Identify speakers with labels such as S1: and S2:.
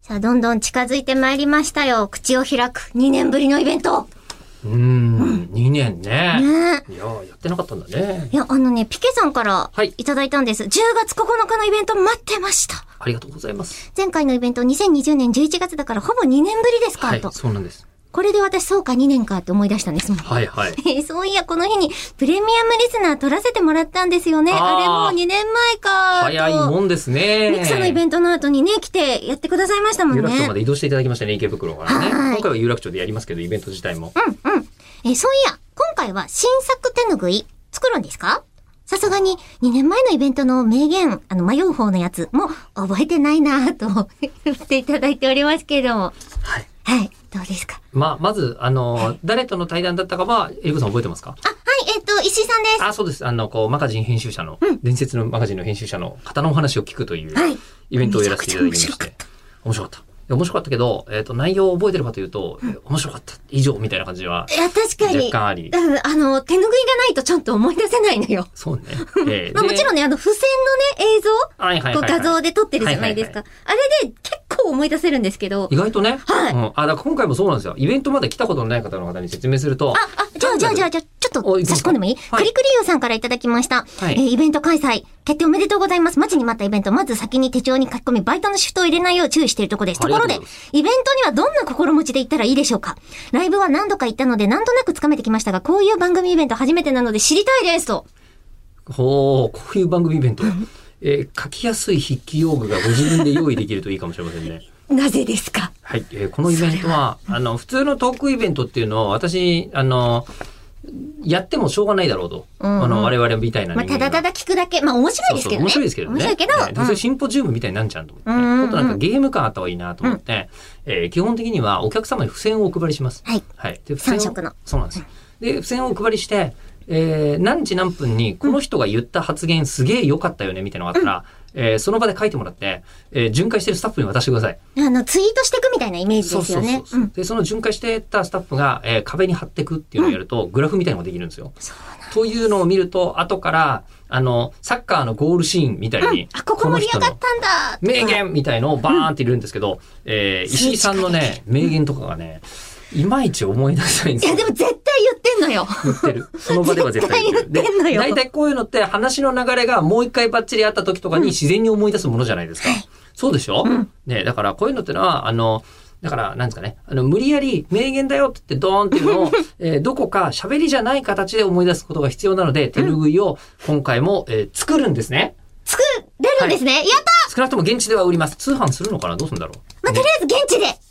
S1: さあ、どんどん近づいてまいりましたよ。口を開く。2年ぶりのイベント。
S2: うーん、2
S1: ね
S2: 年ね。いやー、やってなかったんだね。
S1: いや、あのね、ピケさんから
S2: はい
S1: いただいたんです。10月9日のイベント待ってました。
S2: ありがとうございます。
S1: 前回のイベント2020年11月だからほぼ2年ぶりですか、
S2: はい
S1: と、。
S2: そうなんです。
S1: これで私そうか2年かって思い出したんですもん。
S2: はいはい。
S1: そういや、この日にプレミアムリスナー取らせてもらったんですよね。
S2: あー
S1: あれもう2年前か。
S2: 早いもんですね。
S1: ミクさんのイベ
S2: ン
S1: ントの後にね、来てやってくださいましたもん
S2: 有
S1: ね。
S2: 楽町まで移動していただきましたね、池袋からね。
S1: はい
S2: 今回は有楽町でやりますけど、イベント自体も。
S1: えーそういや、今回は新作手ぬぐい作るんですかさすがに2年前のイベントの名言、あの迷う方のやつも覚えてないなぁと言っていただいておりますけれども。
S2: はい。
S1: はい、どうですか
S2: まあ、まず、あのー、誰との対談だったかは、エリコさん覚えてますか
S1: あ、はい、えっ、と、石井さんです。
S2: あ、そうです。あの、こう、マガジン編集者の、伝説のマガジンの編集者の方のお話を聞くという
S1: はい
S2: イベントをやらせていただきまし
S1: めちゃくちゃ、
S2: て。面白かった。で面白かったけど、えっ、と、内容を覚えてるかというと、面白かった、以上みたいな感じはい
S1: や、確かに。
S2: 若干あり
S1: うん、あの、手ぬぐいがないとちょっと思い出せないのよ。
S2: そうね。 え
S1: まあもちろん
S2: ね、
S1: ね、あの、付箋のね、映像
S2: はいはい
S1: こう
S2: はいはい
S1: 画像で撮ってるじゃないですか。あれで結構思い出せるんですけど。
S2: 意外とね、
S1: はい
S2: うん、あ、だから今回もそうなんですよ。イベントまで来たことのない方の方に説明すると、
S1: あ、あ、じゃあ、じゃあ、じゃあ、じゃあ、ちょっ
S2: おいい
S1: と
S2: です
S1: 差し込
S2: か
S1: んでもいい、
S2: はい
S1: クリクリユーさんからいただきました。
S2: はい
S1: えーイベント開催。決定おめでとうございます。待ちに待ったイベント。まず先に手帳に書き込み、バイトのシフトを入れないよう注意しているところです。
S2: あ
S1: と
S2: り
S1: こ
S2: がと
S1: ろ
S2: うござ
S1: で
S2: います、
S1: イベントにはどんな心持ちで行ったらいいでしょうかライブは何度か行ったので、なんとなくつかめてきましたが、こういう番組イベント初めてなので知りたいですと。
S2: ほう、こういう番組イベント。えー書きやすい筆記用具がご自分で用意できるといいかもしれませんね。
S1: なぜですか
S2: はい、えーこのイベントは、あの、普通のトークイベントっていうのを、私、あの、やってもしょうがないだろうと。
S1: うんうん
S2: あの、我々みたいな
S1: まあ、
S2: 人間
S1: た
S2: が
S1: だただ聞くだけ。まあ、面白いですけどね。
S2: 面白いですけどね。
S1: 面白いけど。
S2: ねでそれ
S1: う
S2: シンポジウムみたいになんちゃうと思って、
S1: うんうんうん
S2: もっとなんかゲーム感あった方がいいなと思って、えー基本的にはお客様に付箋をお配りします。
S1: はい
S2: で付箋を
S1: 三色の
S2: そうなんですよ。で、付箋をお配りして、えー何時何分にこの人が言った発言すげえ良かったよねみたいなのがあったら、えーその場で書いてもらって、えー巡回してるスタッフに渡してください。
S1: ん、あの、ツイートしていくみたいなイメージですよね。
S2: そうそうそうそう
S1: うん
S2: で、その巡回してったスタッフが、えー壁に貼ってくっていうのをやると、グラフみたいなのができるんですよ。というのを見ると、後から、あの、サッカーのゴールシーンみたいに、
S1: あ、ここ盛り上がったんだ
S2: この人の名言みたいのをバーンっているんですけど、えー石井さんのね、名言とかがね、いまいち思い出せないんで
S1: いや、
S2: すよ
S1: で。も絶対言ってんの よ。
S2: 言ってる。その場では絶対言ってる。
S1: 絶対言ってんの
S2: で、
S1: よ
S2: 大体こういうのって話の流れがもう一回バッチリあった時とかに自然に思い出すものじゃないですか。そうでしょ、ねだからこういうのってのは、あの、だから、なんですかね。あの、無理やり、名言だよって言って、ドーンっていう のを、えーどこか喋りじゃない形で思い出すことが必要なので、手拭いを今回も、えー作るんですね。
S1: 作れるんですね。やった
S2: 少なくとも現地では売ります。通販するのかなどうするんだろう
S1: まあ、とりあえず現地で